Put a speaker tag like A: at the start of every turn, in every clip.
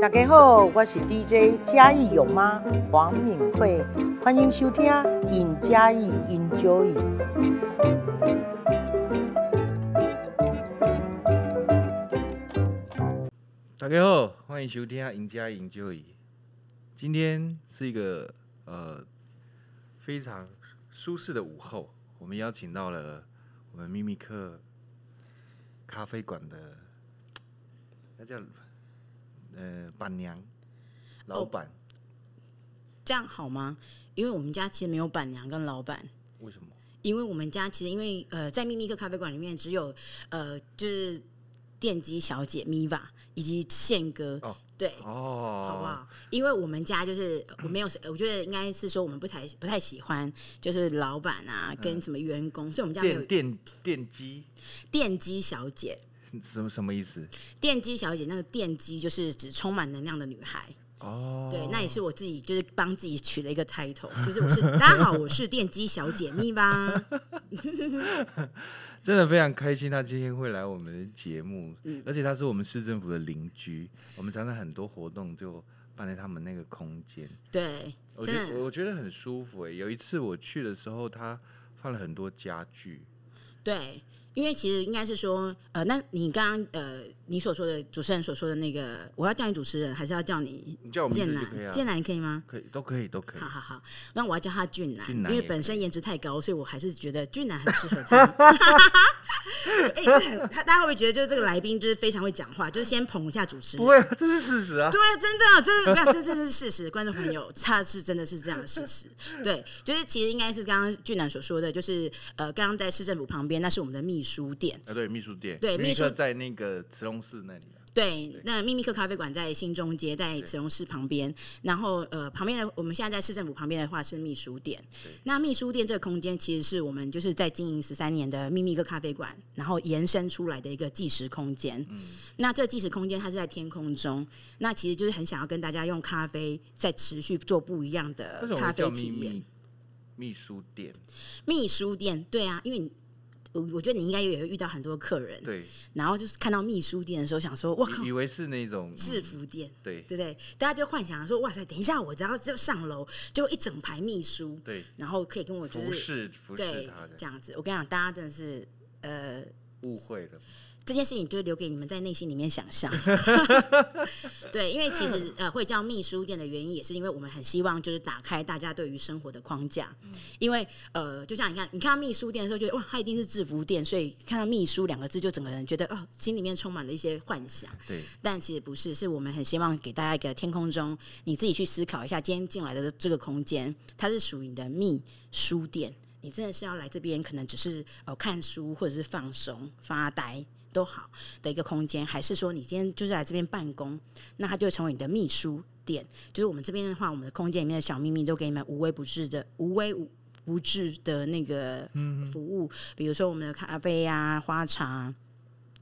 A: 大家好，我是 DJ 嘉义有妈黄敏慧，欢迎收听《尹嘉义 Enjoy》。
B: 大家好，欢迎收听《赢家赢就赢》。今天是一个呃非常舒适的午后，我们邀请到了我们秘密课咖啡馆的，那叫呃板娘老板，
C: 这样好吗？因为我们家其实没有板娘跟老板，
B: 为什么？
C: 因为我们家其实因为呃，在秘密客咖啡馆里面只有呃，就是电机小姐米娃以及宪哥，
B: 哦
C: 对，
B: 哦，
C: 好不好？因为我们家就是我没有，我觉得应该是说我们不太不太喜欢，就是老板啊跟什么员工，所以我们家没有
B: 电电电机
C: 电机小姐。
B: 什么什么意思？
C: 电机小姐那个电机就是指充满能量的女孩，
B: 哦，
C: 对，那也是我自己就是帮自己取了一个 title，就是我是 大家好，我是电机小姐咪吧。
B: 真的非常开心，他今天会来我们的节目，
C: 嗯
B: 而且他是我们市政府的邻居，我们常常很多活动就办在他们那个空间，
C: 对，
B: 我觉
C: 真
B: 得
C: 的，
B: 我觉得很舒服诶、欸有一次我去的时候，他放了很多家具，
C: 对，因为其实应该是说，呃，那你刚刚呃，你所说的主持人所说的那个，我要叫你主持人，还是要叫你
B: 你叫我名
C: 建
B: 字就可以
C: 南？
B: 啊，
C: 建南可以吗？
B: 可以都可以都可以
C: 好。好好，那我要叫他俊南，
B: 俊男
C: 因为
B: 也
C: 本身
B: 可以
C: 颜值太高，所以我还是觉得俊南很适合 他。哎、这很他大家会不会觉得就是这个来宾就是非常会讲话，就是先捧一下主持人
B: 不？会啊，这是事实啊。
C: 对，真的，这我跟你讲这这是事实，观众朋友，他是真的是这样的事实。对，就是其实应该是刚刚俊南所说的，就是呃，刚刚在市政府旁边，那是我们的秘书店。
B: 啊，对，秘书店，
C: 对
B: 秘
C: 秘书
B: 书在那个慈龙寺那里啊、
C: 对，那秘密客咖啡馆在新中街，在慈荣市旁边。然后呃，旁边的我们现在在市政府旁边的话是秘书店。那秘书店这个空间其实是我们就是在经营十三年的秘密客咖啡馆，然后延伸出来的一个计时空间。
B: 嗯
C: 那这计时空间它是在天空中，那其实就是很想要跟大家用咖啡再持续做不一样的
B: 为什么
C: 呃咖
B: 会
C: 啡
B: 叫秘
C: 体验。
B: 密秘书店？
C: 秘书店，对啊，因为你。我我觉得你应该也会遇到很多客人，
B: 对，嗯
C: 然后就是看到秘书店的时候，想说：“我靠
B: 以，以为是那种
C: 制
B: 嗯
C: 服店。”
B: 对
C: 对不对？大家就幻想说，哇塞，等一下我只要就上楼，就一整排秘书，
B: 对，
C: 然后可以跟我就
B: 服
C: 是
B: 侍服侍
C: 对
B: 他的
C: 这样子。我跟你讲，大家真的是呃，
B: 误会了。
C: 这件事情就留给你们在内心里面想 象。对，因为其实呃会叫秘书店的原因，也是因为我们很希望就是打开大家对于生活的框架。
B: 嗯
C: 因为呃，就像你看，你看到秘书店的时候，觉得哇，它一定是制服店，所以看到秘书两个字，就整个人觉得哦，心里面充满了一些幻想。
B: 对，
C: 但其实不是，是我们很希望给大家一个天空中，你自己去思考一下，今天进来的这个空间，它是属于你的秘书店。你真的是要来这边，可能只是呃看书或者是放松、发呆都好的一个空间，还是说你今天就是来这边办公，那它就会成为你的秘书店。就是我们这边的话，我们的空间里面的小秘密都给你们无微不至的、无微无不至的那个服务，比如说我们的咖啡啊、花茶啊、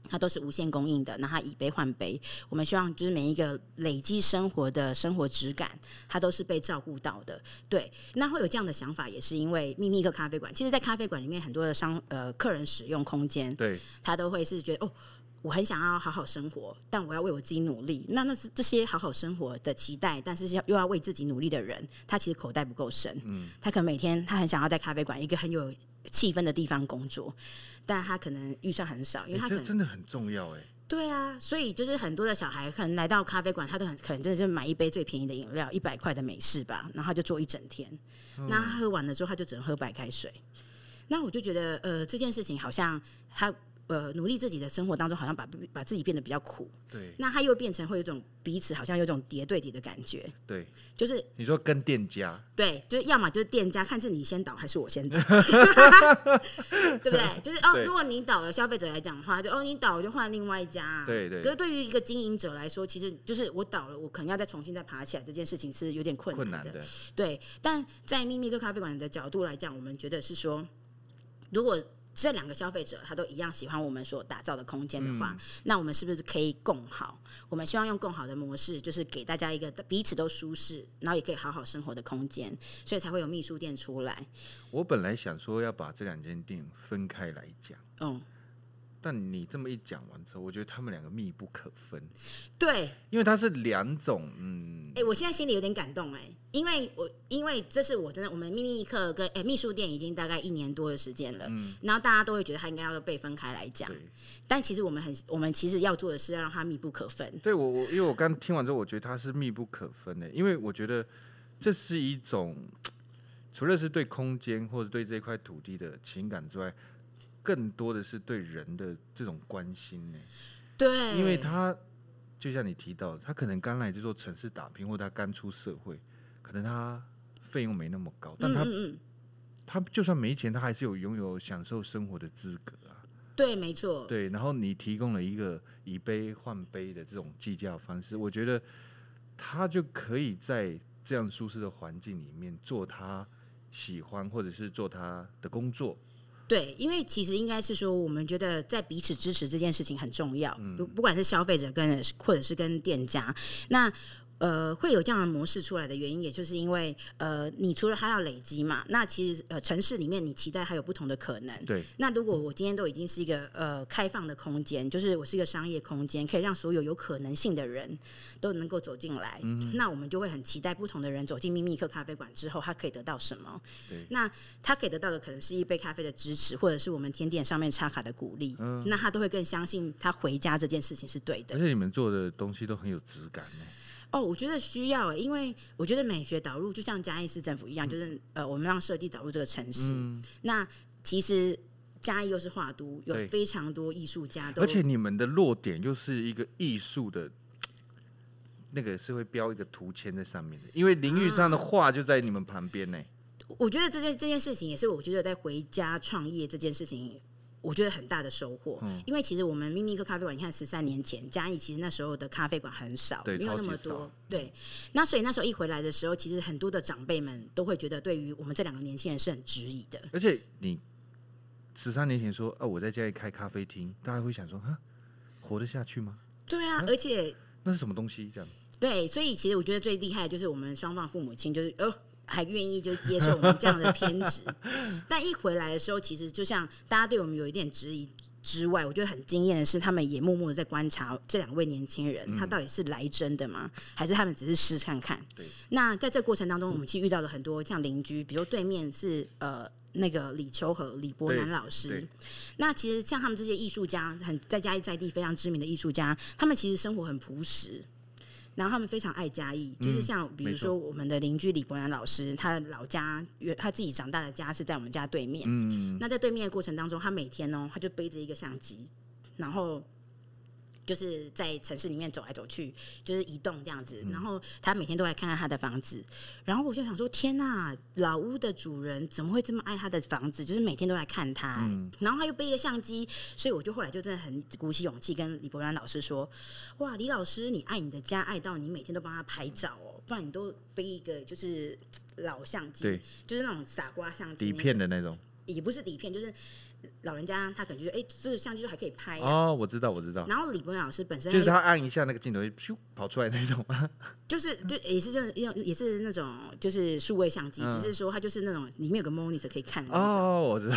C: 它都是无限供应的，那它以杯换杯，我们希望就是每一个累积生活的生活质感，它都是被照顾到的。对，那会有这样的想法，也是因为秘密客咖啡馆，其实，在咖啡馆里面很多的商呃客人使用空间，
B: 对，
C: 他都会是觉得哦，我很想要好好生活，但我要为我自己努力。那那是这些好好生活的期待，但是要又要为自己努力的人，他其实口袋不够深。嗯，他可能每天他很想要在咖啡馆一个很有气氛的地方工作，但他可能预算很少，因为
B: 欸
C: 他可
B: 这
C: 能、
B: 真的很重要哎、
C: 对啊，所以就是很多的小孩可能来到咖啡馆，他都很可能真的就买一杯最便宜的饮料，一百块的美式吧，然后他就坐一整天。那他喝完了之后，他就只能喝白开水。那我就觉得，呃，这件事情好像他呃努力自己的生活当中，好像把把自己变得比较苦，
B: 对
C: 那他又变成会有一种彼此好像有一种叠对叠的感觉，
B: 对，
C: 就是
B: 你说跟店家，
C: 对，就是要么就是店家看是你先倒还是我先 倒，对不对？就是哦，
B: 对
C: 如果你倒了，消费者来讲的话，就哦你倒我就换另外一家、啊。
B: 对对
C: 可是对于一个经营者来说，其实就是我倒了，我可能要再重新再爬起来，这件事情是有点困
B: 困
C: 难
B: 难
C: 的。
B: 的，
C: 对，但在秘密客咖啡馆的角度来讲，我们觉得是说，如果这两个消费者他都一样喜欢我们所打造的空间的话，那我们是不是可以共好？我们希望用共好的模式，就是给大家一个彼此都舒适，然后也可以好好生活的空间，所以才会有秘书店出来。
B: 我本来想说要把这两间店分开来讲，
C: 嗯，
B: 但你这么一讲完之后，我觉得他们两个密不可分，
C: 对，
B: 因为它是两种，嗯
C: 哎、，我现在心里有点感动哎、因为我因为这是我真的，我们秘密课跟哎、秘书店已经大概一年多的时间了，然后大家都会觉得它应该要被分开来讲，
B: 嗯对，
C: 但其实我们很我们其实要做的是要让它密不可分，
B: 对我我因为我刚听完之后，我觉得它是密不可分的，因为我觉得这是一种除了是对空间或者对这块土地的情感之外，更多的是对人的这种关心呢。
C: 对，
B: 因为他就像你提到的，他可能刚来这座城市打拼，或者他刚出社会，可能他费用没那么高，但
C: 嗯
B: 他、
C: 嗯嗯，
B: 他就算没钱，他还是有拥有享受生活的资格啊。
C: 对，没错，
B: 对，然后你提供了一个以杯换杯的这种计价方式，我觉得他就可以在这样舒适的环境里面做他喜欢或者是做他的工作。
C: 对，因为其实应该是说，我们觉得在彼此支持这件事情很重要，
B: 嗯
C: 不、不管是消费者跟或者是跟店家，那。呃，会有这样的模式出来的原因，也就是因为呃，你除了它要累积嘛，那其实呃，城市里面你期待还有不同的可能。
B: 对，
C: 那如果我今天都已经是一个呃开放的空间，就是我是一个商业空间，可以让所有有可能性的人都能够走进来，那我们就会很期待不同的人走进秘密客咖啡馆之后，他可以得到什么
B: 对？
C: 那他可以得到的可能是一杯咖啡的支持，或者是我们甜点上面插卡的鼓励，那他都会更相信他回家这件事情是对的
B: 而。且你们做的东西都很有质感呢、
C: 哦，我觉得需要欸，因为我觉得美学导入就像嘉义市政府
B: 嗯
C: 一样，就是呃，我们让设计导入这个城市。那其实嘉义又是画都，有
B: 对
C: 非常多艺术家都，
B: 而且你们的落点又是一个艺术的，那个是会标一个图签在上面的，因为淋浴上的画就在你们旁边呢、
C: 我觉得这件这件事情也是我觉得在回家创业这件事情。我觉得很大的收获，
B: 嗯
C: 因为其实我们秘密客咖啡馆，你看十三年前嘉义其实那时候的咖啡馆很少，
B: 对
C: 没有那么
B: 超级少
C: 多，对。那所以那时候一回来的时候，其实很多的长辈们都会觉得，对于我们这两个年轻人是很质疑的。
B: 而且你十三年前说啊，我在家里开咖啡厅，大家会想说啊，活得下去吗？
C: 对啊，而且
B: 那是什么东西？这样
C: 对，所以其实我觉得最厉害的就是我们双方父母亲，就是哦。还愿意就接受我们这样的偏执，但一回来的时候，其实就像大家对我们有一点质疑之外，我觉得很惊艳的是，他们也默默的在观察这两位年轻人，
B: 嗯
C: 他到底是来真的吗？还是他们只是试看看？
B: 对。
C: 那在这过程当中，我们其实遇到了很多像邻居，比如对面是呃那个李秋和李伯南
B: 对
C: 老师
B: 对，
C: 那其实像他们这些艺术家，很在嘉义在地非常知名的艺术家，他们其实生活很朴实，然后他们非常爱嘉义，就是像比如
B: 嗯没错
C: 说我们的邻居李伯南老师，他的老家原他自己长大的家是在我们家对面，嗯，那在对面的过程当中，他每天哦，他就背着一个相机，然后。就是在城市里面走来走去，就是移动这样子。
B: 嗯
C: 然后他每天都来看看他的房子，然后我就想说，天呐，老屋的主人怎么会这么爱他的房子？就是每天都来看他、欸
B: 嗯
C: 然后他又背一个相机，所以我就后来就真的很鼓起勇气跟李伯兰老师说：“哇，李老师，你爱你的家爱到你每天都帮他拍照哦，不然你都背一个就是老相机，
B: 对
C: 就是那种傻瓜相机，
B: 底片的那种
C: 也不是底片，就是老人家他感觉哎、欸这个相机都还可以拍、啊。
B: 哦，我知道，我知道，
C: 然后李伯兰老师本身
B: 就是
C: 他
B: 他按一下那个镜头，咻跑出来那 种。
C: 嗯就是就也是就是用也是那种就是数位相机，
B: 嗯
C: 只是说它就是那种里面有个 monitor 可以看的那种。
B: 哦，我知道，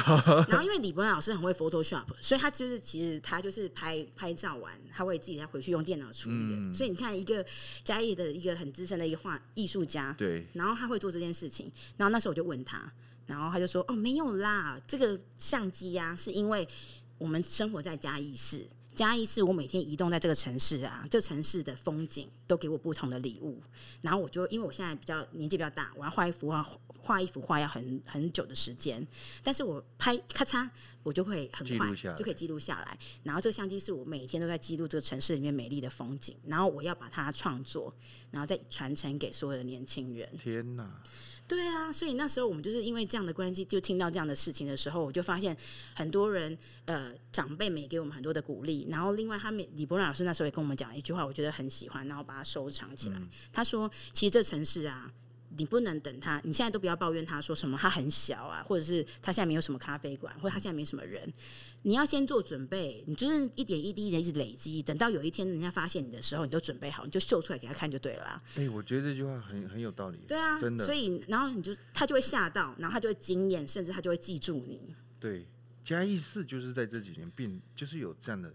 C: 然后因为李博文老师很会 Photoshop，所以他就是其实他就是拍拍照完，他会自己再回去用电脑处理的。
B: 嗯
C: 所以你看一个嘉义的一个很资深的一个画艺术家，
B: 对，
C: 然后他会做这件事情。然后那时候我就问他，然后他就说：“哦，没有啦，这个相机呀、是因为我们生活在嘉义市，嘉义市我每天移动在这个城市啊，这城市的风景都给我不同的礼物。然后我就因为我现在比较年纪比较大，我要画一幅画，画一幅画要很很久的时间，但是我拍咔嚓，我就会很
B: 记
C: 快
B: 录下来
C: 就可以记录下来。然后这个相机是我每天都在记录这个城市里面美丽的风景，然后我要把它创作，然后再传承给所有的年轻人。
B: 天哪，
C: 对啊，所以那时候我们就是因为这样的关系，就听到这样的事情的时候，我就发现很多人呃长辈们也给我们很多的鼓励，然后另外他们李伯朗老师那时候也跟我们讲了一句话，我觉得很喜欢，然后把它收藏起来。他说：“其实这城市啊。”你不能等他，你现在都不要抱怨他说什么他很小啊，或者是他现在没有什么咖啡馆，或者他现在没什么人。你要先做准备，你就是一点一滴的一直累积，等到有一天人家发现你的时候，你都准备好，你就秀出来给他看就对了啊、
B: 哎、我觉得这句话很很有道理，
C: 对啊，
B: 真的
C: 所以然后你就他就会吓到，然后他就会惊艳，甚至他就会记住你。
B: 对，嘉义市就是在这几年变，就是有这样的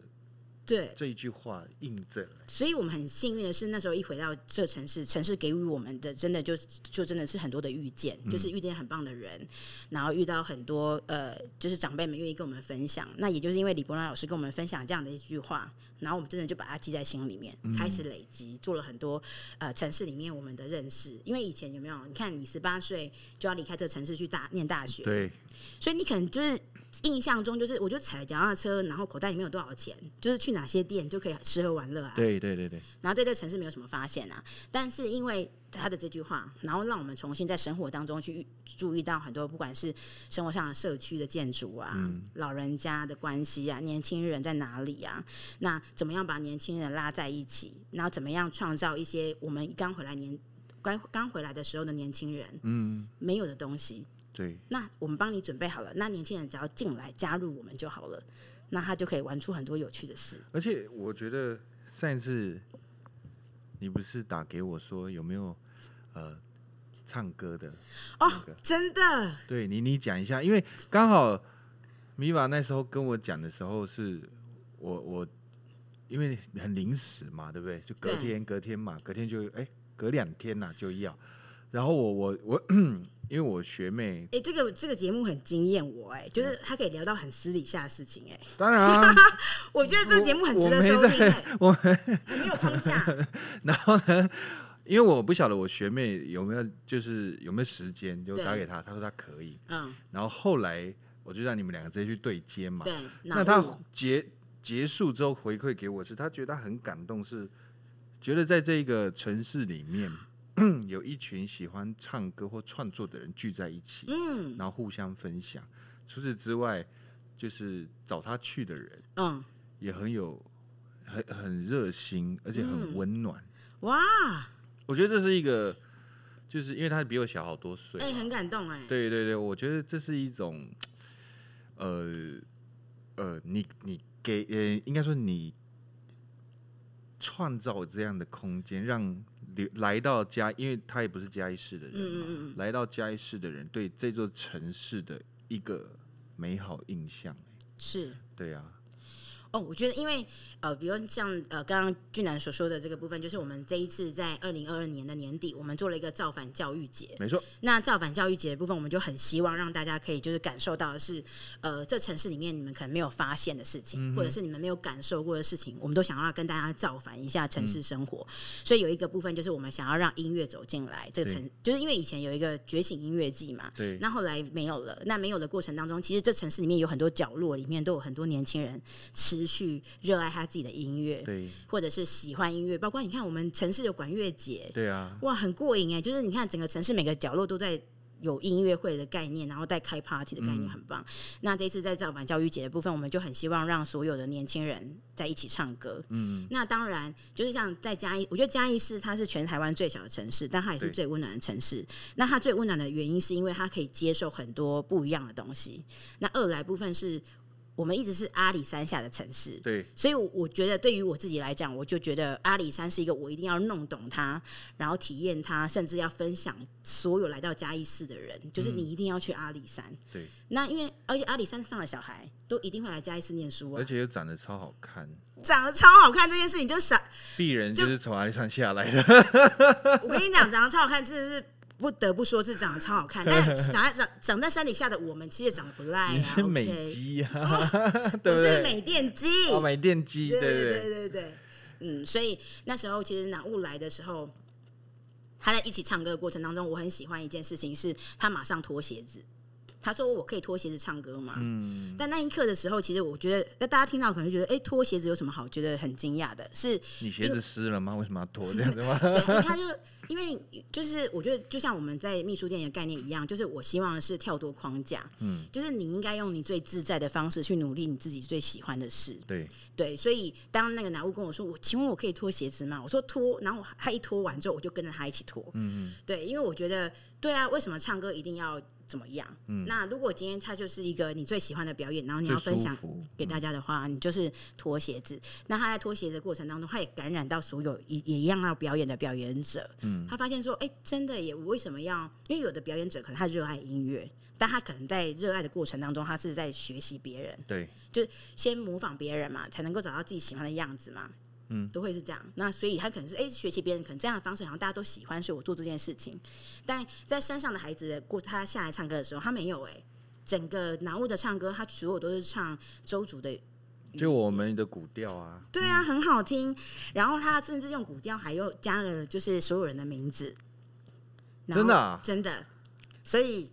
C: 对，
B: 这一句话印证了。
C: 所以我们很幸运的是，那时候一回到这城市，城市给予我们的真的就就真的是很多的遇见，
B: 嗯
C: 就是遇见很棒的人，然后遇到很多呃，就是长辈们愿意跟我们分享。那也就是因为李伯兰老师跟我们分享这样的一句话，然后我们真的就把它记在心里面，
B: 嗯
C: 开始累积，做了很多呃城市里面我们的认识。因为以前有没有？你看，你十八岁就要离开这城市去大念大学，
B: 对，
C: 所以你可能就是印象中就是，我就踩脚踏车，然后口袋里面有多少钱，就是去哪些店就可以吃喝玩乐啊。
B: 对，对，对，对，
C: 然后对这城市没有什么发现啊。但是因为他的这句话，然后让我们重新在生活当中去注意到很多，不管是生活上的社区的建筑啊、
B: 嗯
C: 老人家的关系啊、年轻人在哪里啊，那怎么样把年轻人拉在一起，然后怎么样创造一些我们刚回来年。刚刚回来的时候的年轻人
B: 嗯，
C: 没有的东西，
B: 对，
C: 那我们帮你准备好了。那年轻人只要进来加入我们就好了，那他就可以玩出很多有趣的事。
B: 而且我觉得上一次你不是打给我说有没有呃唱歌的？
C: 哦
B: 那个，
C: 真的，
B: 对你，你讲一下，因为刚好米娃那时候跟我讲的时候是，我我因为很临时嘛，对不对？就隔
C: 对
B: 天隔天嘛，隔天就哎、隔两天呐、就要。然后我我我， 因为我学妹，
C: 哎、这个这个节目很惊艳我、哎，就是他可以聊到很私底下的事情、哎，
B: 当然、啊，
C: 我觉得这个节目很值得
B: 我
C: 收听、哎，
B: 我
C: 很没有框架，
B: 然后呢，因为我不晓得我学妹有没有就是有没有时间，就
C: 对
B: 打给她，她说她可以。
C: 嗯，
B: 然后后来我就让你们两个直接去对接嘛。
C: 对，
B: 那
C: 脑
B: 他
C: 雾
B: 结结束之后回馈给我是，他觉得他很感动，是觉得在这个城市里面 有一群喜欢唱歌或创作的人聚在一起，
C: 嗯
B: 然后互相分享。除此之外，就是找他去的人
C: 嗯，
B: 也很有很很热心，而且
C: 嗯
B: 很温暖。
C: 哇，
B: 我觉得这是一个，就是因为他比我小好多岁
C: 哎、
B: 嘛，
C: 很感动、哎，
B: 对对对，我觉得这是一种，呃呃，你你给呃，应该说你创造这样的空间，让留来到嘉，因为他也不是嘉义市的人嘛，
C: 嗯嗯嗯
B: 来到嘉义市的人对这座城市的一个美好印象、欸
C: 是。
B: 对 啊，
C: 哦，我觉得因为呃，比如像呃，刚刚俊南所说的这个部分，就是我们这一次在二零二二年的年底，我们做了一个造反教育节。
B: 没错，
C: 那造反教育节的部分，我们就很希望让大家可以就是感受到的是，呃，这城市里面你们可能没有发现的事情，或者是你们没有感受过的事情，我们都想要跟大家造反一下城市生活。所以有一个部分就是我们想要让音乐走进来这个城，就是因为以前有一个觉醒音乐季嘛，
B: 对，
C: 那后来没有了。那没有的过程当中，其实这城市里面有很多角落，里面都有很多年轻人持续热爱他自己的音乐，
B: 对
C: 或者是喜欢音乐。包括你看，我们城市有管乐节，
B: 对啊，
C: 哇，很过瘾哎！就是你看整个城市每个角落都在。有音乐会的概念，然后再开 party 的概
B: 嗯
C: 念很棒。那这一次在造反教育节的部分，我们就很希望让所有的年轻人在一起唱歌。嗯，那当然就是像在嘉义，我觉得嘉义市它是全台湾最小的城市，但它也是
B: 对
C: 最温暖的城市。那它最温暖的原因是因为它可以接受很多不一样的东西。那二来部分是我们一直是阿里山下的城市，
B: 对
C: 所以我，我觉得对于我自己来讲，我就觉得阿里山是一个我一定要弄懂它，然后体验它，甚至要分享所有来到嘉义市的人，
B: 嗯
C: 就是你一定要去阿里山。
B: 对，
C: 那因为而且阿里山上的小孩都一定会来嘉义市念书啊
B: 而，且又长得超好看，
C: 长得超好看这件事情就傻，
B: 鄙人
C: 就
B: 就是从阿里山下来的，
C: 我跟你讲，长得超好看真的是。不得不说，是长得超好看，但长在长长在山底下的我们，其实也长得不赖啊。
B: 你是
C: OK 哦
B: 美肌呀、 对不
C: 我是
B: 对？
C: 美电机，
B: 哦，美电机，对
C: 对
B: 对
C: 对对对，嗯，所以那时候其实南雾来的时候，他在一起唱歌的过程当中，我很喜欢一件事情是，他马上脱鞋子。他说：“我可以脱鞋子唱歌嘛？”嗯，但那一刻的时候，其实我觉得，那大家听到可能觉得，哎、脱鞋子有什么好？觉得很惊讶的 是，
B: 你鞋子湿了吗？为什么要脱这样子吗？
C: 对，因为他就因为就是我觉得，就像我们在秘书店的概念一样，就是我希望的是跳脱框架，嗯，就是你应该用你最自在的方式去努力你自己最喜欢的事，
B: 对，
C: 对，所以当那个男巫跟我说：“我请问我可以脱鞋子吗？”我说：“脱。”然后我
B: 嗯
C: 他一脱完之后，我就跟着他一起脱。嗯，对，因为我觉得，对啊，为什么唱歌一定要怎么样。那如果今天它就是一个你最喜欢的表演，然后你要分享
B: 最舒服嗯
C: 给大家的话，你就是脱鞋子。那他在脱鞋子的过程当中，他也感染到所有也也一样要表演的表演者。嗯，他发现说，哎、真的耶，我为什么要？因为有的表演者可能他热爱音乐，但他可能在热爱的过程当中，他是在学习别人。
B: 对，
C: 就是先模仿别人嘛，才能够找到自己喜欢的样子嘛。嗯，都会是这样。那所以他可能是哎、诶学习别人可能这样的方式，好像大家都喜欢，所以我做这件事情。但在山上的孩子过他下来唱歌的时候，他没有哎、诶整个南屋的唱歌，他所有都是唱周族的，
B: 就我们的古调啊，
C: 对啊，很好听。然后他甚至用古调还又加了就是所有人的名字，然后
B: 真的啊
C: 真的，所以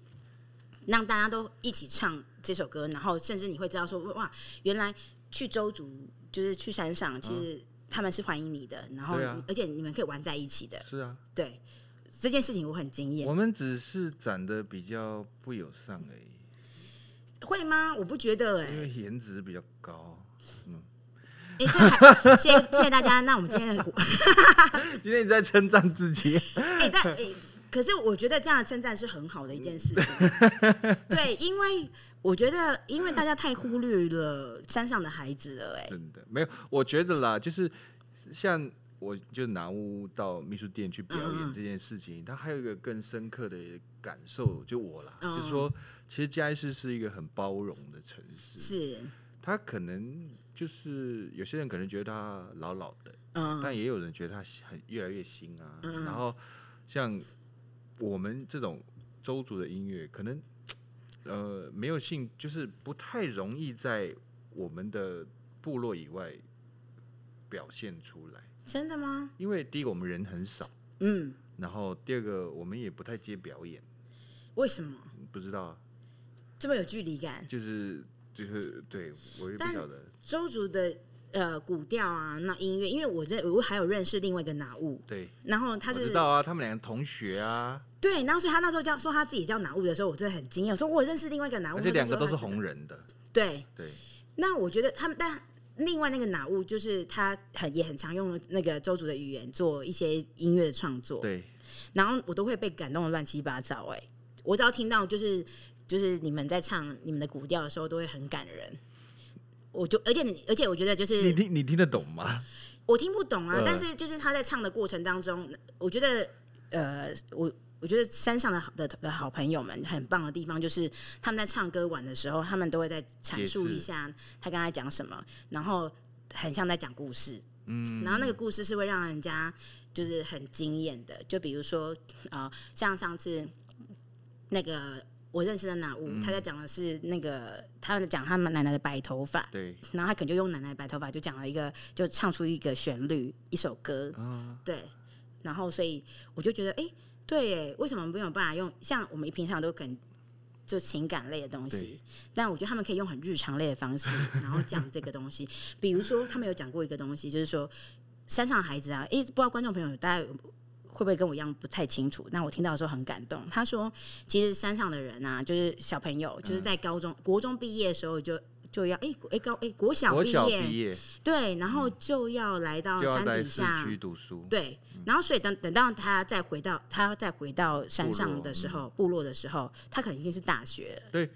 C: 让大家都一起唱这首歌，然后甚至你会知道说哇，原来去周族就是去山上，其实他们是欢迎你的，然后、
B: 嗯对啊
C: 而且你们可以玩在一起的，
B: 是啊，
C: 对这件事情我很惊艳
B: 我，们只是长得比较不友善而已。
C: 会吗？我不觉得哎、
B: 因为颜值比较高。
C: 哎、这还谢谢谢谢大家，那我们今天的
B: 今天你在称赞自己，啊
C: 哎、但哎、可是我觉得这样的称赞是很好的一件 事情。对，因为我觉得，因为大家太忽略了山上的孩子了、哎，
B: 真的没有？我觉得啦，就是像我就拿屋到秘书店去表
C: 嗯嗯
B: 演这件事情，它还有一个更深刻的感受，就我啦，
C: 嗯
B: 就是说，其实嘉义市是一个很包容的城市，
C: 是，
B: 它可能就是有些人可能觉得它老老的，
C: 嗯，
B: 但也有人觉得它很越来越新啊。
C: 嗯嗯
B: 然后像我们这种周族的音乐，可能呃没有兴，就是不太容易在我们的部落以外表现出来，
C: 真的吗？
B: 因为第一个我们人很少，
C: 嗯，
B: 然后第二个我们也不太接表演，
C: 为什么
B: 不知道啊
C: 这么有距离感？
B: 就是。就是对我也不
C: 但
B: 晓得，
C: 周族的呃古调啊，那音乐，因为我认我还有认识另外一个拿物，
B: 对，
C: 然后他
B: 我
C: 是
B: 知道啊，他们两个同学啊，
C: 对，然后所以他那时候叫说他自己叫拿物的时候，我真的很惊讶，我啊说我认识另外一个拿物，
B: 而且两
C: 那
B: 个
C: 时候
B: 都
C: 他
B: 是
C: 觉得
B: 红，人的，
C: 对，
B: 对，
C: 那我觉得他们，但另外那个哪物就是他很也很常用那个周族的语言做一些音乐的创作，
B: 对，
C: 然后我都会被感动的乱七八糟、哎，我只要听到就是就是你们在唱你们的古调的时候，都会很感人。我就而且你而且我觉得就
B: 你
C: 是
B: 听你听得懂吗？
C: 我听不懂啊，
B: 嗯
C: 但是就是他在唱的过程当中，我觉得呃我。我觉得山上的好的的好朋友们很棒的地方，就是他们在唱歌玩的时候，他们都会在阐述
B: 解释
C: 一下他刚才讲什么，然后很像在讲故事。嗯，然后那个故事是会让人家就是很惊艳的。就比如说，呃，像上次那个我认识的哪屋，他在讲的是那个他在讲他们奶奶的白头发，
B: 对，
C: 然后他可能就用奶奶白头发就讲了一个，就唱出一个旋律，一首歌，
B: 啊，
C: 对。然后所以我就觉得，哎、对耶，为什么没有办法用像我们平常都可能就情感类的东西
B: 对，
C: 但我觉得他们可以用很日常类的方 式，然后讲这个东西。比如说，他们有讲过一个东西，就是说山上的孩子啊，哎、不知道观众朋友大家有会不会跟我一样不太清楚？那我听到的时候很感动。他说，其实山上的人啊，就是小朋友，就是在高中、国中毕业的时候就就要哎哎、诶高哎、国小
B: 我
C: 毕
B: 小
C: 业
B: 毕业嗯
C: 对，然后就要来到
B: 就要
C: 山
B: 在
C: 底
B: 市
C: 下，
B: 区嗯读书，
C: 对，然后所以等等到他再回到他再回到山上的时候，
B: 嗯
C: 部落的时候，他可能已经是大学了。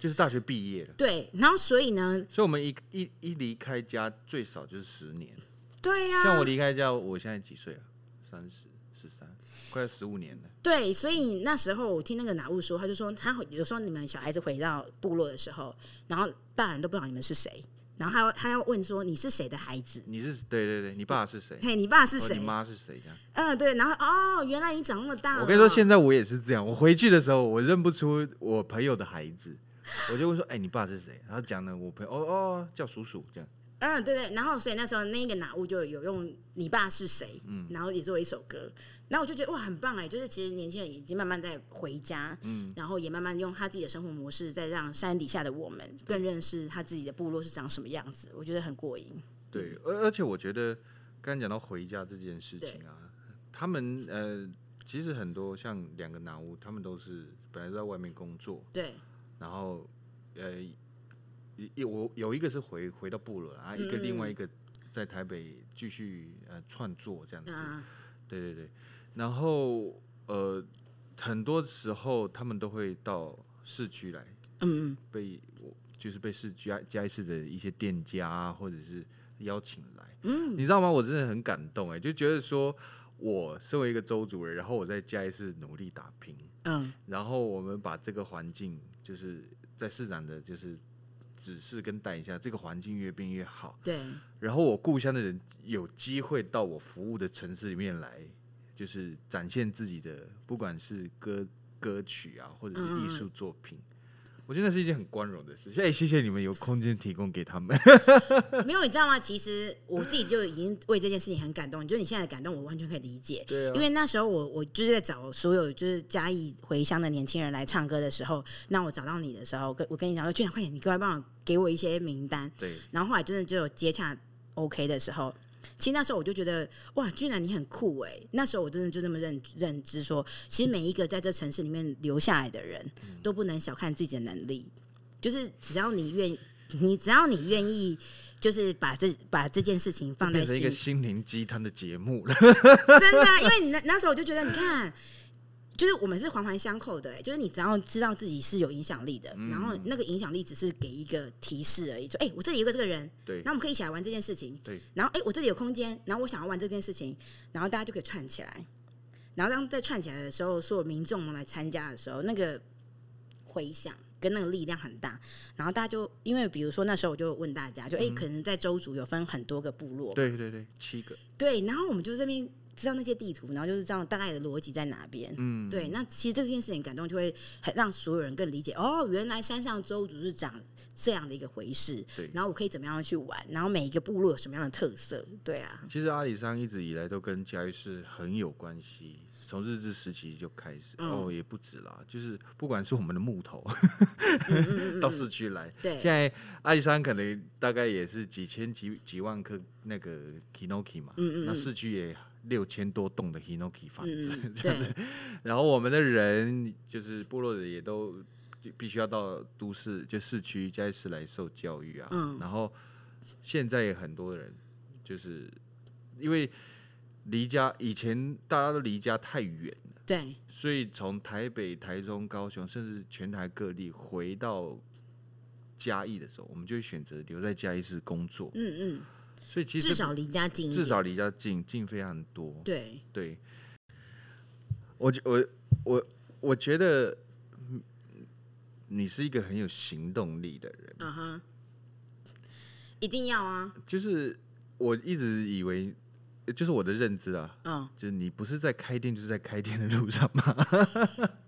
B: 就是大学毕业了。
C: 对，然后所以呢，
B: 所以，我们一一一离开家，最少就是十年。
C: 啊对呀、
B: 像我离开家，我现在几岁啊？三十、十三，快十五年了。
C: 对，所以那时候我听那个拿物说，他就说他有时候你们小孩子回到部落的时候，然后大人都不知道你们是谁，然后他要他要问说你是谁的孩子，
B: 你是对对对，你爸是谁？
C: 嘿，你爸是
B: 哦
C: 谁
B: 你？妈是谁？这样。
C: 嗯，对，然后哦，原来你长那么大了。
B: 我跟你说，现在我也是这样。我回去的时候，我认不出我朋友的孩子，我就问说：“哎、你爸是谁？”然后讲了我朋友，哦哦，叫叔叔这样。
C: 嗯，对对，然后所以那时候那个哪物就有用“你爸是谁”，
B: 嗯
C: 然后也做了一首歌，然后我就觉得哇，很棒哎！就是其实年轻人已经慢慢在回家，嗯，然后也慢慢用他自己的生活模式，再让山底下的我们更认识他自己的部落是长什么样子，我觉得很过瘾。
B: 对，而而且我觉得刚才讲到回家这件事情啊，他们呃，其实很多像两个男巫，他们都是本来在外面工作，
C: 对，
B: 然后呃，有我有一个是回回到部落啊，一个另外一个在台北继
C: 啊
B: 续呃创作这样子，
C: 嗯，
B: 对对对，然后呃，很多时候他们都会到市区来，
C: 嗯嗯，
B: 被我就是被市区嘉义市的一些店家啊，或者是邀请来，
C: 嗯，
B: 你知道吗？我真的很感动哎、就觉得说我身为一个周族人，然后我在嘉义市努力打拼，
C: 嗯
B: 然后我们把这个环境就是在市长的就是指示跟带一下，这个环境越变越好，
C: 对，
B: 然后我故乡的人有机会到我服务的城市里面来，就是展现自己的，不管是歌歌曲啊，或者是艺术作品。我觉得那是一件很光荣的事情。哎、谢谢你们有空间提供给他 们。
C: 没有，你知道吗？其实我自己就已经为这件事情很感动，就是你现在的感动，我完全可以理解。
B: 对
C: 因为那时候我我就是在找所有就是嘉义回乡的年轻人来唱歌的时候，那我找到你的时候，跟我跟你讲说，俊良，快点，你过来帮我给我一些名单。
B: 对，
C: 然后后来真的就有接洽 OK 的时候，其实那时候我就觉得哇，俊然你很酷哎、那时候我真的就这么认认知说，其实每一个在这城市里面留下来的人
B: 嗯
C: 都不能小看自己的能力，就是只要你愿，你只要你愿意，就是把这把这件事情放在
B: 变成
C: 心
B: 一个心灵鸡汤的节目了。
C: 真的啊、因为你那那时候我就觉得，你看，就是我们是环环相扣的、欸，就是你只要知道自己是有影响力的，
B: 嗯
C: 然后那个影响力只是给一个提示而已，说，哎、我这里有个这个人，
B: 对
C: 那我们可以一起来玩这件事情，
B: 对，
C: 然后哎、我这里有空间，然后我想要玩这件事情，然后大家就可以串起来，然后当在串起来的时候，所有民众们来参加的时候，那个回响。跟那个力量很大，然后大家就因为比如说那时候我就问大家，就哎、可能在周族有分很多个部落嘛，
B: 嗯对对对，七个。
C: 对，然后我们就这边知道那些地图，然后就是知道大概的逻辑在哪边。
B: 嗯，
C: 对，那其实这件事情感动就会很让所有人更理解哦，原来山上周族是长这样的一个回事。
B: 对
C: 然后我可以怎么样去玩，然后每一个部落有什么样的特色？对啊，
B: 其实阿里山一直以来都跟嘉义市很有关系，从日治时期就开始，
C: 嗯
B: 哦，也不止啦，就是不管是我们的木头啊
C: 嗯嗯嗯
B: 到
C: 嗯，
B: 市区来，现
C: 对，
B: 在阿里山可能大概也是几千几几万棵那个 hinoki 嘛，
C: 嗯嗯嗯
B: 那市区也六千多栋的 hinoki 房子，
C: 嗯嗯
B: 这样子。然后我们的人就是部落的也都就必须要到都市就市区嘉义市来受教育啊。
C: 嗯
B: 然后现在也很多人就是因为离家以前大家都离家太远。
C: 对，
B: 所以从台北、台中、高雄，甚至全台各地回到嘉义的时候，我们就会选择留在嘉义市工作。
C: 嗯嗯，
B: 所以其实
C: 至少离家近一点，
B: 至少离家近，近非常多。
C: 对，
B: 对，我觉我我我觉得嗯你是一个很有行动力的人，
C: 嗯哼，一定要啊，
B: 就是我一直以为，就是我的认知啊。
C: 嗯，
B: 就是你不是在开店，就是在开店的路上嘛。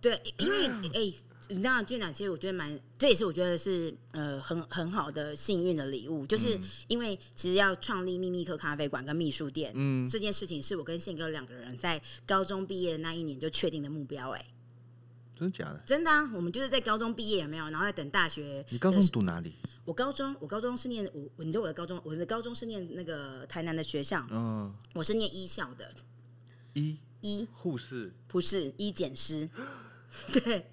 C: 对，因为
B: 啊
C: 哎、你知道，俊长其实我觉得蛮，这也是我觉得是呃很很好的幸运的礼物，就是
B: 嗯
C: 因为其实要创立秘密客咖啡馆跟秘书店、
B: 嗯，
C: 这件事情，是我跟宪哥两个人在高中毕业的那一年就确定的目标、哎，
B: 真的假的？
C: 真的啊，我们就是在高中毕业有没有，然后在等大学。
B: 你高中读哪里？
C: 我高中我高中是念我，你知道我的高中，我的高中是念那个台南的学校，
B: 嗯，
C: 我是念医校的，
B: 一
C: 医
B: 护士，
C: 不是医检师， 对，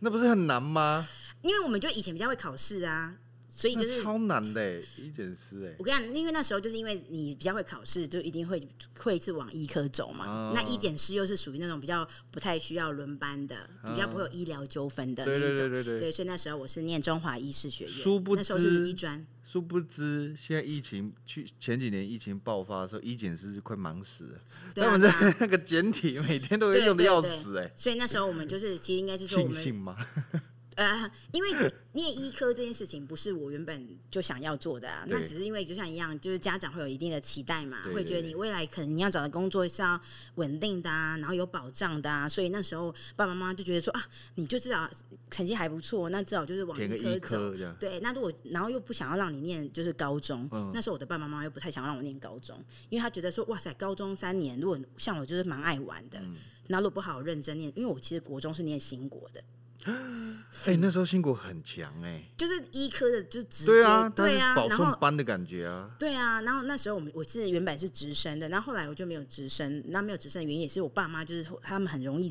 B: 那不是很难吗？
C: 因为我们就以前比较会考试啊，所以
B: 那
C: 就是
B: 超难的欸，一检师哎
C: 我，跟你讲，因为那时候就是因为你比较会考试，就一定会会是往医科走嘛。
B: 哦
C: 那医检师又是属于那种比较不太需要轮班的，比较不会有医疗纠纷的那
B: 嗯对
C: 一种。
B: 对对对对
C: 对，所以那时候我是念中华医事学
B: 殊
C: 院，
B: 不知
C: 那时候是医专。
B: 殊不知现在疫情去前几年疫情爆发的时候，一检师快忙死了，
C: 对
B: 他
C: 啊
B: 们
C: 对
B: 在
C: 啊
B: 那个简体每天都会
C: 对
B: 用的
C: 对
B: 要
C: 对
B: 死哎，
C: 所以那时候我们就是，其实应该是说我
B: 庆
C: 们
B: 幸吗？
C: 呃，因为念医科这件事情不是我原本就想要做的啊，
B: 对
C: 那只是因为就像一样，就是家长会有一定的期待嘛，
B: 对
C: 会觉得你未来可能你要找的工作是要稳定的啊，然后有保障的啊，所以那时候爸爸妈妈就觉得说啊，你就至少成绩还不错，那至少就是往
B: 填个
C: 医
B: 医
C: 科走。
B: 科这样，
C: 对，那如果然后又不想要让你念就是高中，
B: 嗯
C: 那时候我的爸爸妈妈又不太想让我念高中，因为他觉得说哇塞，高中三年如果像我就是蛮爱玩的，
B: 嗯
C: 那、如果不好好认真念，因为我其实国中是念新国的，
B: 哎，那时候兴国很强哎，
C: 就是医科的就直接
B: 对啊，
C: 对啊
B: 他是保
C: 然
B: 送
C: 后
B: 班的感觉啊，
C: 对啊，然后那时候我们我是原本是直升的，然后后来我就没有直升，那没有直升的原因也是我爸妈就是他们很容易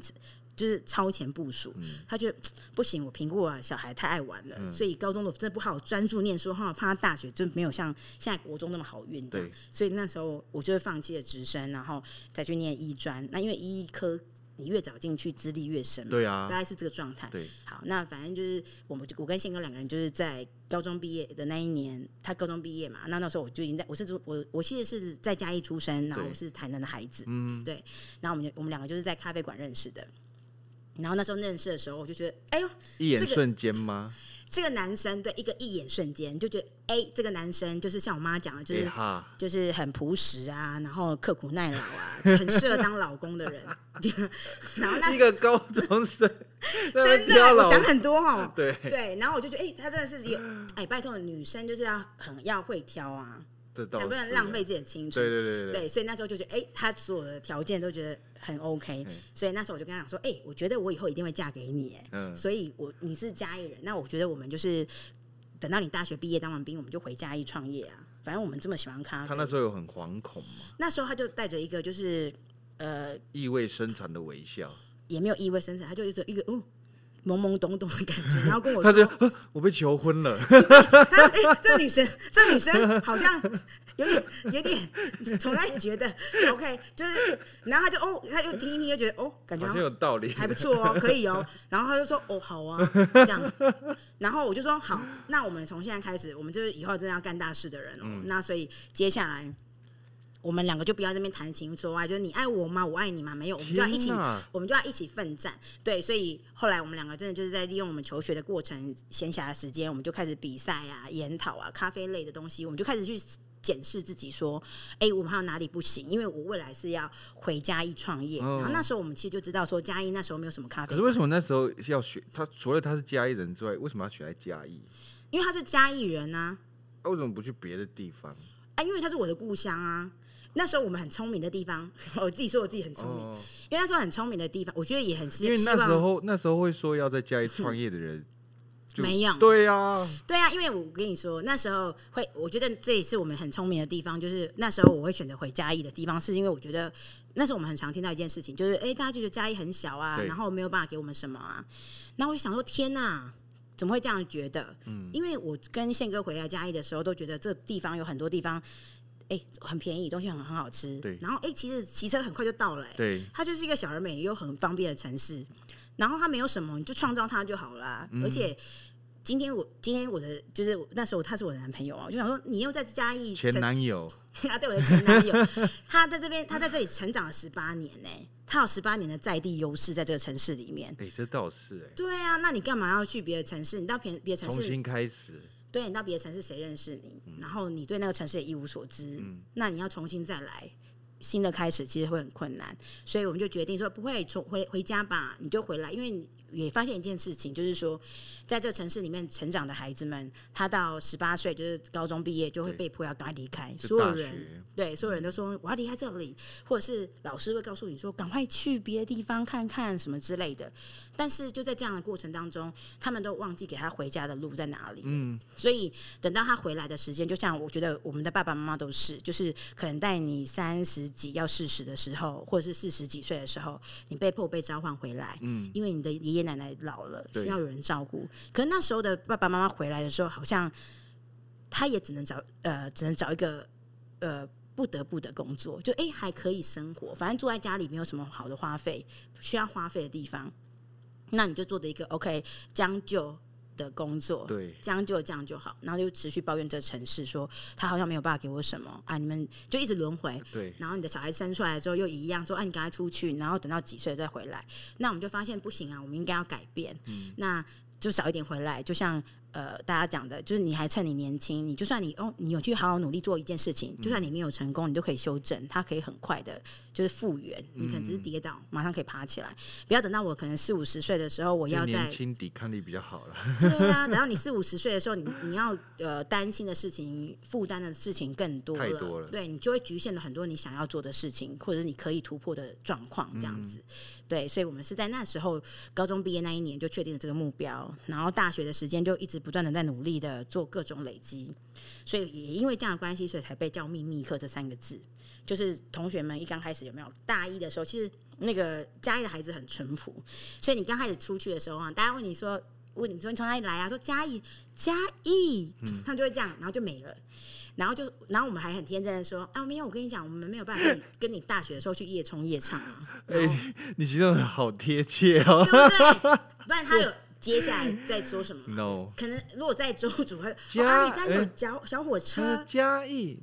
C: 就是超前部署，
B: 嗯
C: 他觉得嘖不行，我评估啊小孩太爱玩了，所以高中我真的不好好专注念书，哈，怕他大学就没有像现在国中那么好运这样
B: 对，
C: 所以那时候我就放弃了直升，然后再去念医专，那因为医科。你越早进去，资历越深嘛。
B: 对啊
C: 大概是这个状态。
B: 对，
C: 好，那反正就是我们就我跟宪哥两个人就是在高中毕业的那一年，他高中毕业嘛，那那时候我就已经在我是住我我其实是在嘉义出生，然后
B: 对
C: 我是台南的孩子，
B: 嗯，
C: 对，然后我们就我们两个就是在咖啡馆认识的。然后那时候认识的时候，我就觉得，哎呦，
B: 一眼
C: 这个
B: 瞬间吗？
C: 这个男生对一个一眼瞬间就觉得，哎，这个男生就是像我妈讲的，就
B: 哎
C: 是
B: 哈，
C: 就是很朴实啊，然后刻苦耐劳啊，很适合当老公的人。 然后那
B: 一个高中生在那
C: 真
B: 边挑
C: 的，我
B: 老
C: 想很多哦。
B: 对
C: 对，然后我就觉得，哎、她真 的是一个，哎、拜托，女生就是要很要会挑啊，
B: 这倒
C: 才不能
B: 是
C: 浪费。自己的青春。
B: 对对对对，
C: 所以那时候就觉得，哎、她所有的条件都觉得很 OK，、
B: 嗯
C: 所以那时候我就跟她讲说，哎、我觉得我以后一定会嫁给你，哎、
B: 嗯
C: 所以我你是嘉义人，那我觉得我们就是等到你大学毕业当完兵，我们就回嘉义创业啊，反正我们这么喜欢咖啡。
B: 他那时候有很惶恐嘛，
C: 那时候他就带着一个就是呃
B: 意味深长的微笑，
C: 也没有意味深长，他就一直一个哦懵懵懂懂的感觉， 然后跟我
B: 他
C: 说
B: 就啊我被求婚 了，
C: 他哎、这女生这女生好像有点有点，从来觉得 OK，就是然后他就哦他就听一听就觉得哦感觉
B: 好
C: 好
B: 像
C: 像
B: 有道理。
C: 还不错哦，可以哦。然后他就说：“哦，好啊，这 样。”然后我就说：“好，那我们从现在开始，我们就是以后真的要干大事的人哦。
B: 嗯
C: 那所以接下来，我们两个就不要在那边谈情说爱，就是你爱我吗？我爱你吗？没有，我们就要一起
B: 天哪，
C: 我们就要一起奋战。对，所以后来我们两个真的就是在利用我们求学的过程、闲暇的时间，我们就开始比赛啊、研讨啊、咖啡类的东西，我们就开始去。”检视自己，说：“哎、我们还有哪里不行？因为我未来是要回嘉义创业。
B: 哦
C: 然后那时候我们其实就知道说，嘉义那时候没有什么 咖
B: 可
C: 啡
B: 是
C: 馆，
B: 为什么那时候要选他？除了他是嘉义人之外，为什么要选在嘉义？
C: 因为他是嘉义人啊，
B: 啊为什么不去别的地方？
C: 啊，因为他是我的故乡啊。那时候我们很聪明的地方， 我自己说我自己很聪明，
B: 哦，
C: 因为那时候很聪明的地方，我觉得也很希
B: 因为
C: 希
B: 那时
C: 望
B: 候那时候会说要在嘉义创业的人，就
C: 没有
B: 对啊，
C: 对啊，因为我跟你说，那时候会，我觉得这也是我们很聪明的地方，就是那时候我会选择回嘉义的地方，是因为我觉得那时候我们很常听到一件事情，就是哎、诶大家就觉得嘉义很小啊，
B: 对
C: 然后没有办法给我们什么啊，那我就想说，天呐，怎么会这样觉得？嗯，因为我跟宪哥回来嘉义的时候，都觉得这地方有很多地方，哎、很便宜，东西很很好吃，
B: 对
C: 然后哎、诶其实骑车很快就到了、诶
B: 对，
C: 它就是一个小而美又很方便的城市。然后它没有什么，你就创造它就好啦。而
B: 嗯
C: 且今天我今天我的就是我那时候他是我的男朋友啊，我就想说你又在嘉义
B: 前
C: 成
B: 男 友
C: 啊，对我的前男友，他在这边他在这里成长了十八年呢、他有十八年的在地优势在这个城市里面。
B: 哎、这倒是哎、
C: 对啊，那你干嘛要去别的城市？你到别别的城
B: 重
C: 市
B: 新开始，
C: 对你到别的城市，谁认识你？
B: 嗯
C: 然后你对那个城市也一无所知，那你要重新再来，新的开始其实会很困难。所以我们就决定说，不会重回回家吧，你就回来，因为你也发现一件事情，就是说，在这城市里面成长的孩子们，他到十八岁就是高中毕业，就会
B: 对
C: 被迫要赶快离开，
B: 就
C: 所有
B: 大
C: 人。
B: 学
C: 对，所有人都说我要离开这里，或者是老师会告诉你说赶快去别的地方看看什么之类的。但是就在这样的过程当中，他们都忘记给他回家的路在哪里。
B: 嗯，
C: 所以等到他回来的时间，就像我觉得我们的爸爸妈妈都是，就是可能在你三十几要四十的时候，或者是四十几岁的时候，你被迫被召唤回来，嗯，因为你的爷爷奶奶老了，
B: 对
C: 需要有人照顾。可是那时候的爸爸妈妈回来的时候，好像他也只能找呃，只能找一个呃。不得不的工作，就哎、还可以生活，反正住在家里没有什么好的花费，需要花费的地方，那你就做的一个 OK 将就的工作，
B: 对，
C: 这样就这样就好，然后就持续抱怨这个城市，说他好像没有办法给我什么啊，你们就一直轮回。
B: 对，
C: 然后你的小孩生出来之后又一样说，哎、啊，你赶快出去，然后等到几岁再回来。那我们就发现不行啊，我们应该要改变。那就早一点回来，就像呃大家讲的，就是你还趁你年轻，你就算你哦，你有去好好努力做一件事情，就算你没有成功，你都可以修正，它可以很快的，就是复原。你可能只是跌倒，马上可以爬起来，不要等到我可能四五十岁的时候，我
B: 就
C: 要
B: 年
C: 在
B: 轻抵抗力比较好了，
C: 对啊，等到你四五十岁的时候，你你要呃担心的事情、负担的事情更多了，
B: 太多了
C: 对你就会局限了很多你想要做的事情，或者是你可以突破的状况这样子。
B: 嗯
C: 对，所以我们是在那时候高中毕业那一年就确定了这个目标，然后大学的时间就一直不断的在努力的做各种累积，所以也因为这样的关系，所以才被叫秘密课这三个字。就是同学们一刚开始有没有大一的时候，其实那个嘉义的孩子很淳朴，所以你刚开始出去的时候啊，大家问你说，
B: 嗯
C: 问你说你从哪里来啊？说嘉义，嘉义，他们就会这样，然后就没了。然后就，然后我们还很天真的说啊，没有，我跟你讲，我们没有办法跟你跟你大学的时候去夜冲夜唱啊，
B: 哎、你形容的好贴切哦
C: 对。不对？不然他有接下来在说什么吗？
B: no，
C: 可能如果在周主会，
B: 加
C: 哦阿里山有
B: 哎
C: 小小火车，
B: 车嘉义。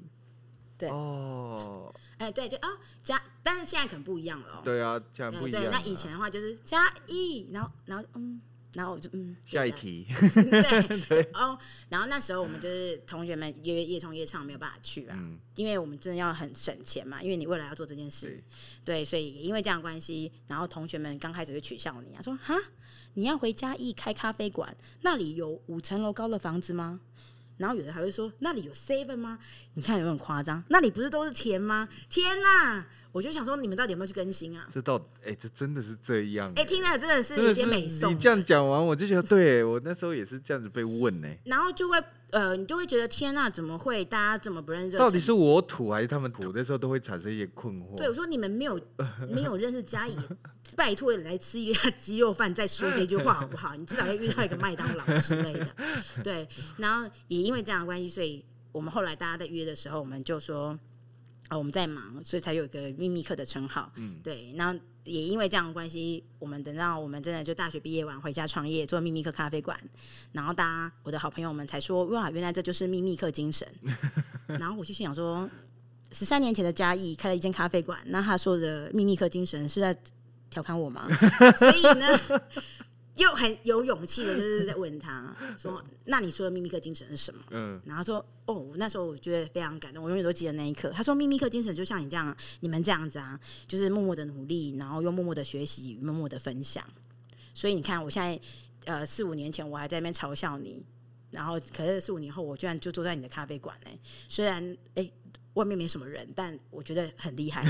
C: 对
B: 哦，
C: 哎，对，就啊、哦、加，但是现在可能不一样了、哦。
B: 对啊，这样
C: 哎
B: 不一样、
C: 对，那以前。的话就是加一，然后然后嗯，然后我 就嗯，
B: 下一
C: 对
B: 题，
C: 对对哦，然后那时候我们就是同学们约夜冲夜唱没有办法去啊，
B: 嗯，
C: 因为我们真的要很省钱嘛，因为你未来要做这件事
B: 对，，
C: 对，所以也因为这样的关系，然后同学们刚开始就取笑你啊，说哈，你要回嘉义开咖啡馆，那里有五层楼高的房子吗？然后有人还会说那里有 seven 吗？你看有没有很夸张？那里不是都是田吗？天哪！我就想说你们到底有没有去更新啊？
B: 这到哎、这真的是这样、
C: 哎、听
B: 了
C: 了真的
B: 真
C: 是有
B: 的
C: 点
B: 是
C: 美颂
B: 你。这样讲完，我就觉得对我那时候也是这样子被问哎呢、
C: 然后就会呃，你就会觉得天呐，怎么会大家怎么不认识这个城
B: 到
C: 市？
B: 底是我土还是他们土？那时候都会产生一些困惑。
C: 对我说你们没有没有认识嘉义，拜托你来吃一下鸡肉饭再说这句话好不好？你至少要遇到一个麦当劳之类的。对，然后也因为这样的关系，所以我们后来大家在约的时候，我们就说。哦，我们在忙，所以才有一个秘密课的称号。嗯，对，然后也因为这样的关系，我们等到我们真的就大学毕业完回家创业，做秘密课咖啡馆，然后大家我的好朋友们才说，哇，原来这就是秘密课精神。 然后我就心想说，十三年前的嘉义开了一间咖啡馆，那他说的秘密课精神是在调侃我吗？所以呢，又很有勇气的，就是在问他说：“那你说的秘密课精神是什么？”
B: 嗯，
C: 然后说：“哦，那时候我觉得非常感动，我永远都记得那一刻。”他说：“秘密课精神就像你这样，啊你们这样子啊，就是默默的努力，然后又默默的学习，默默的分享。所以你看，我现在呃四五年前我还在那边嘲笑你，然后可是四五年后我居然就坐在你的咖啡馆哎、虽然哎、外面没什么人，但我觉得很厉害。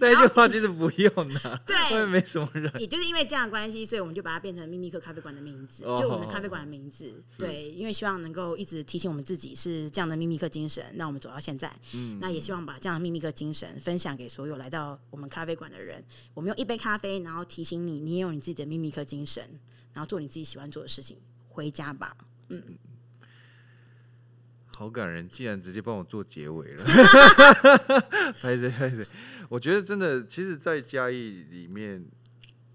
B: 那一句话就是不用啦，
C: 对
B: 外面没什么 人。
C: 也就是因为这样的关系，所以我们就把它变成秘密课咖啡馆的名字，
B: 哦
C: 就我们的咖啡馆的名字。
B: 是
C: 对，因为希望能够一直提醒我们自己是这样的秘密课精神，让我们走到现在。
B: 嗯，
C: 那也希望把这样的秘密课精神分享给所有来到我们咖啡馆的人。我们用一杯咖啡，然后提醒你，你也有你自己的秘密课精神，然后做你自己喜欢做的事情，回家吧。
B: 好感人，竟然直接帮我做结尾了。 拍谁拍谁，我觉得真的，其实，在嘉义里面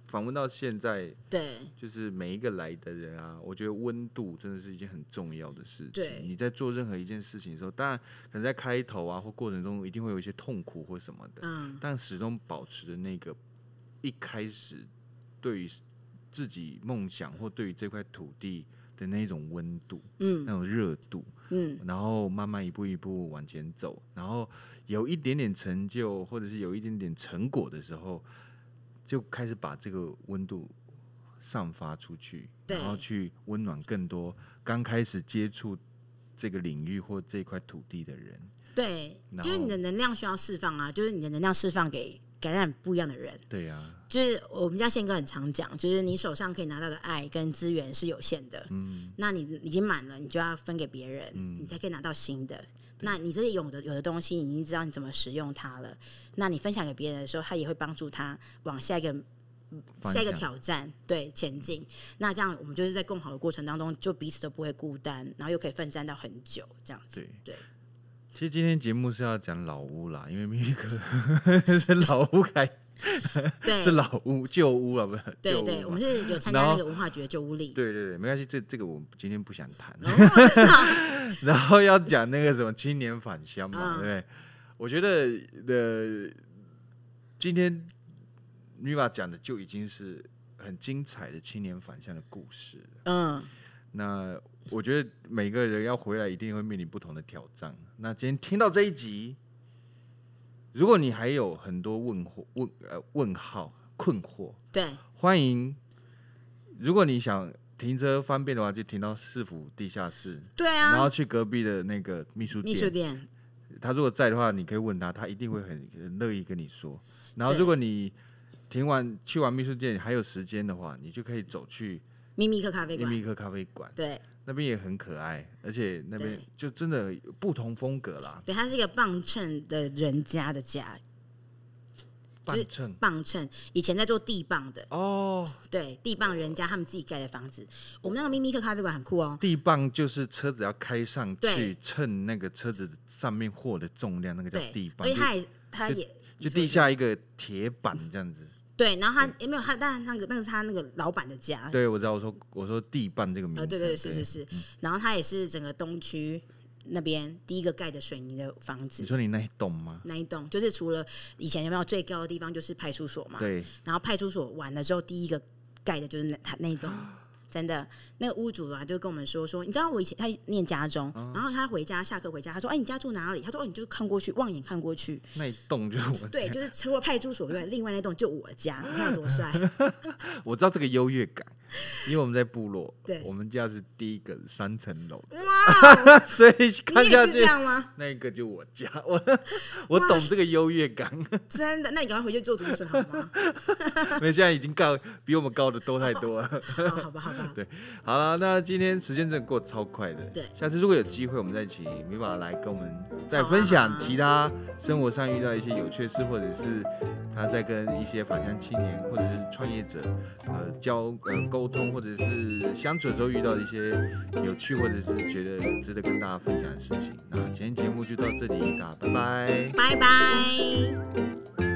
B: 访问到现在，
C: 对，
B: 就是每一个来的人啊，我觉得温度真的是一件很重要的事
C: 对
B: 情。你在做任何一件事情的时候，当然可能在开头啊或过程中一定会有一些痛苦或什么的，
C: 嗯，
B: 但始终保持着那个一开始对于自己梦想或对于这块土地的那种温度，
C: 嗯
B: 那种热度，
C: 嗯，
B: 然后慢慢一步一步往前走，然后有一点点成就或者是有一点点成果的时候，就开始把这个温度散发出去，
C: 对
B: 然后去温暖更多刚开始接触这个领域或这块土地的人。
C: 对，
B: 然后
C: 就是你的能量需要释放啊，就是你的能量释放给感染不一样的人。
B: 对呀、
C: 就是我们家宪哥很常讲，就是你手上可以拿到的爱跟资源是有限的，
B: 嗯，
C: 那你已经满了，你就要分给别人，你才可以拿到新的。那你这里有的有的东西，你已经知道你怎么使用它了。那你分享给别人的时候，他也会帮助他往下一个
B: 方
C: 下一个
B: 向
C: 挑战对前进。那这样我们就是在共好的过程当中，就彼此都不会孤单，然后又可以奋战到很久，这样子。
B: 对
C: 对
B: 其实今天节目是要讲老屋啦，因为咪咪哥是老屋开，
C: 对
B: 是老屋旧屋啊，不是旧
C: 对
B: 屋
C: 对，我
B: 嘛
C: 们是有参加
B: 然后
C: 那个文化局的旧屋里。
B: 对对对，没关系，这这个我今天不想谈。
C: 哦真的啊
B: 然后要讲那个什么青年返乡嘛，
C: 嗯
B: 对不对？我觉得呃，今天 Miva 讲的就已经是很精彩的青年返乡的故事了。
C: 嗯，
B: 那我觉得每个人要回来一定会面临不同的挑战。那今天听到这一集，如果你还有很多问惑、问呃问号、困惑，
C: 对
B: 欢迎。如果你想停车方便的话，就停到市府地下室，
C: 对
B: 然后
C: 啊，
B: 去隔壁的那个秘书
C: 秘书
B: 店。
C: 店。
B: 他如果在的话，你可以问他，他一定会很很乐意跟你说。然后
C: 对
B: 如果你停完去完秘书店还有时间的话，你就可以走去
C: 秘密客咖啡
B: 秘
C: 馆，
B: 密客咖啡馆，
C: 对
B: 那边也很可爱，而且那边
C: 对
B: 就真的不同风格啦。
C: 对，它是一个磅秤的人家的家，就
B: 半
C: 是
B: 秤
C: 磅秤，以前在做地磅的，
B: 哦，
C: 对，地磅人家他们自己盖的房子。我们那个咪咪克咖啡馆很酷哦，
B: 地磅就是车子要开上去
C: 对
B: 称那个车子上面货的重量，那个叫
C: 对
B: 地，磅
C: 而且，它也它也
B: 就就地下一个铁板这样子。
C: 对，然后他也没有他，但是那个那是他那个老板的家，
B: 对，嗯我知道，我说我说地磅这个名字，
C: 呃，对对对，是是是，然后他也是整个东区那边第一个盖的水泥的房
B: 你
C: 子。
B: 说你那一栋吗？
C: 那一栋就是除了以前有没有最高的地方就是派出所嘛，
B: 对，
C: 然后派出所完了之后，第一个盖的就是那他那一栋，真的那个屋主啊就跟我们说说，你知道我以前他念家中，然后他回家下课回家，他说哎你家住哪里？他说哦你就看过去望眼看过去，
B: 那一栋就是我
C: 对，就是除了派出所以外，另外那栋就我家，你看有多帅，
B: 我知道这个优越感，因为我们在部落，
C: 对
B: 我们家是第一个三层楼，
C: 哇，
B: 所以看
C: 你
B: 下
C: 也是
B: 去
C: 这样吗？
B: 那个就我家，我我懂这个优越感，
C: 真的？那你赶快回去做竹笋好吗？
B: 因为现在已经高比我们高的多太多了。
C: 哦好吧，好吧，
B: 对，好了，那今天时间真的过得超快的。
C: 对
B: 下次如果有机会，我们再请米宝来跟我们再
C: 好啊
B: 分
C: 好
B: 享
C: 啊
B: 其他生活上遇到一些有趣的事，或者是他在跟一些返乡青年或者是创业者呃交呃沟通，或者是相处的时候遇到一些有趣或者是觉得值得跟大家分享的事情。那今天节目就到这里，大家拜拜。
C: 拜拜。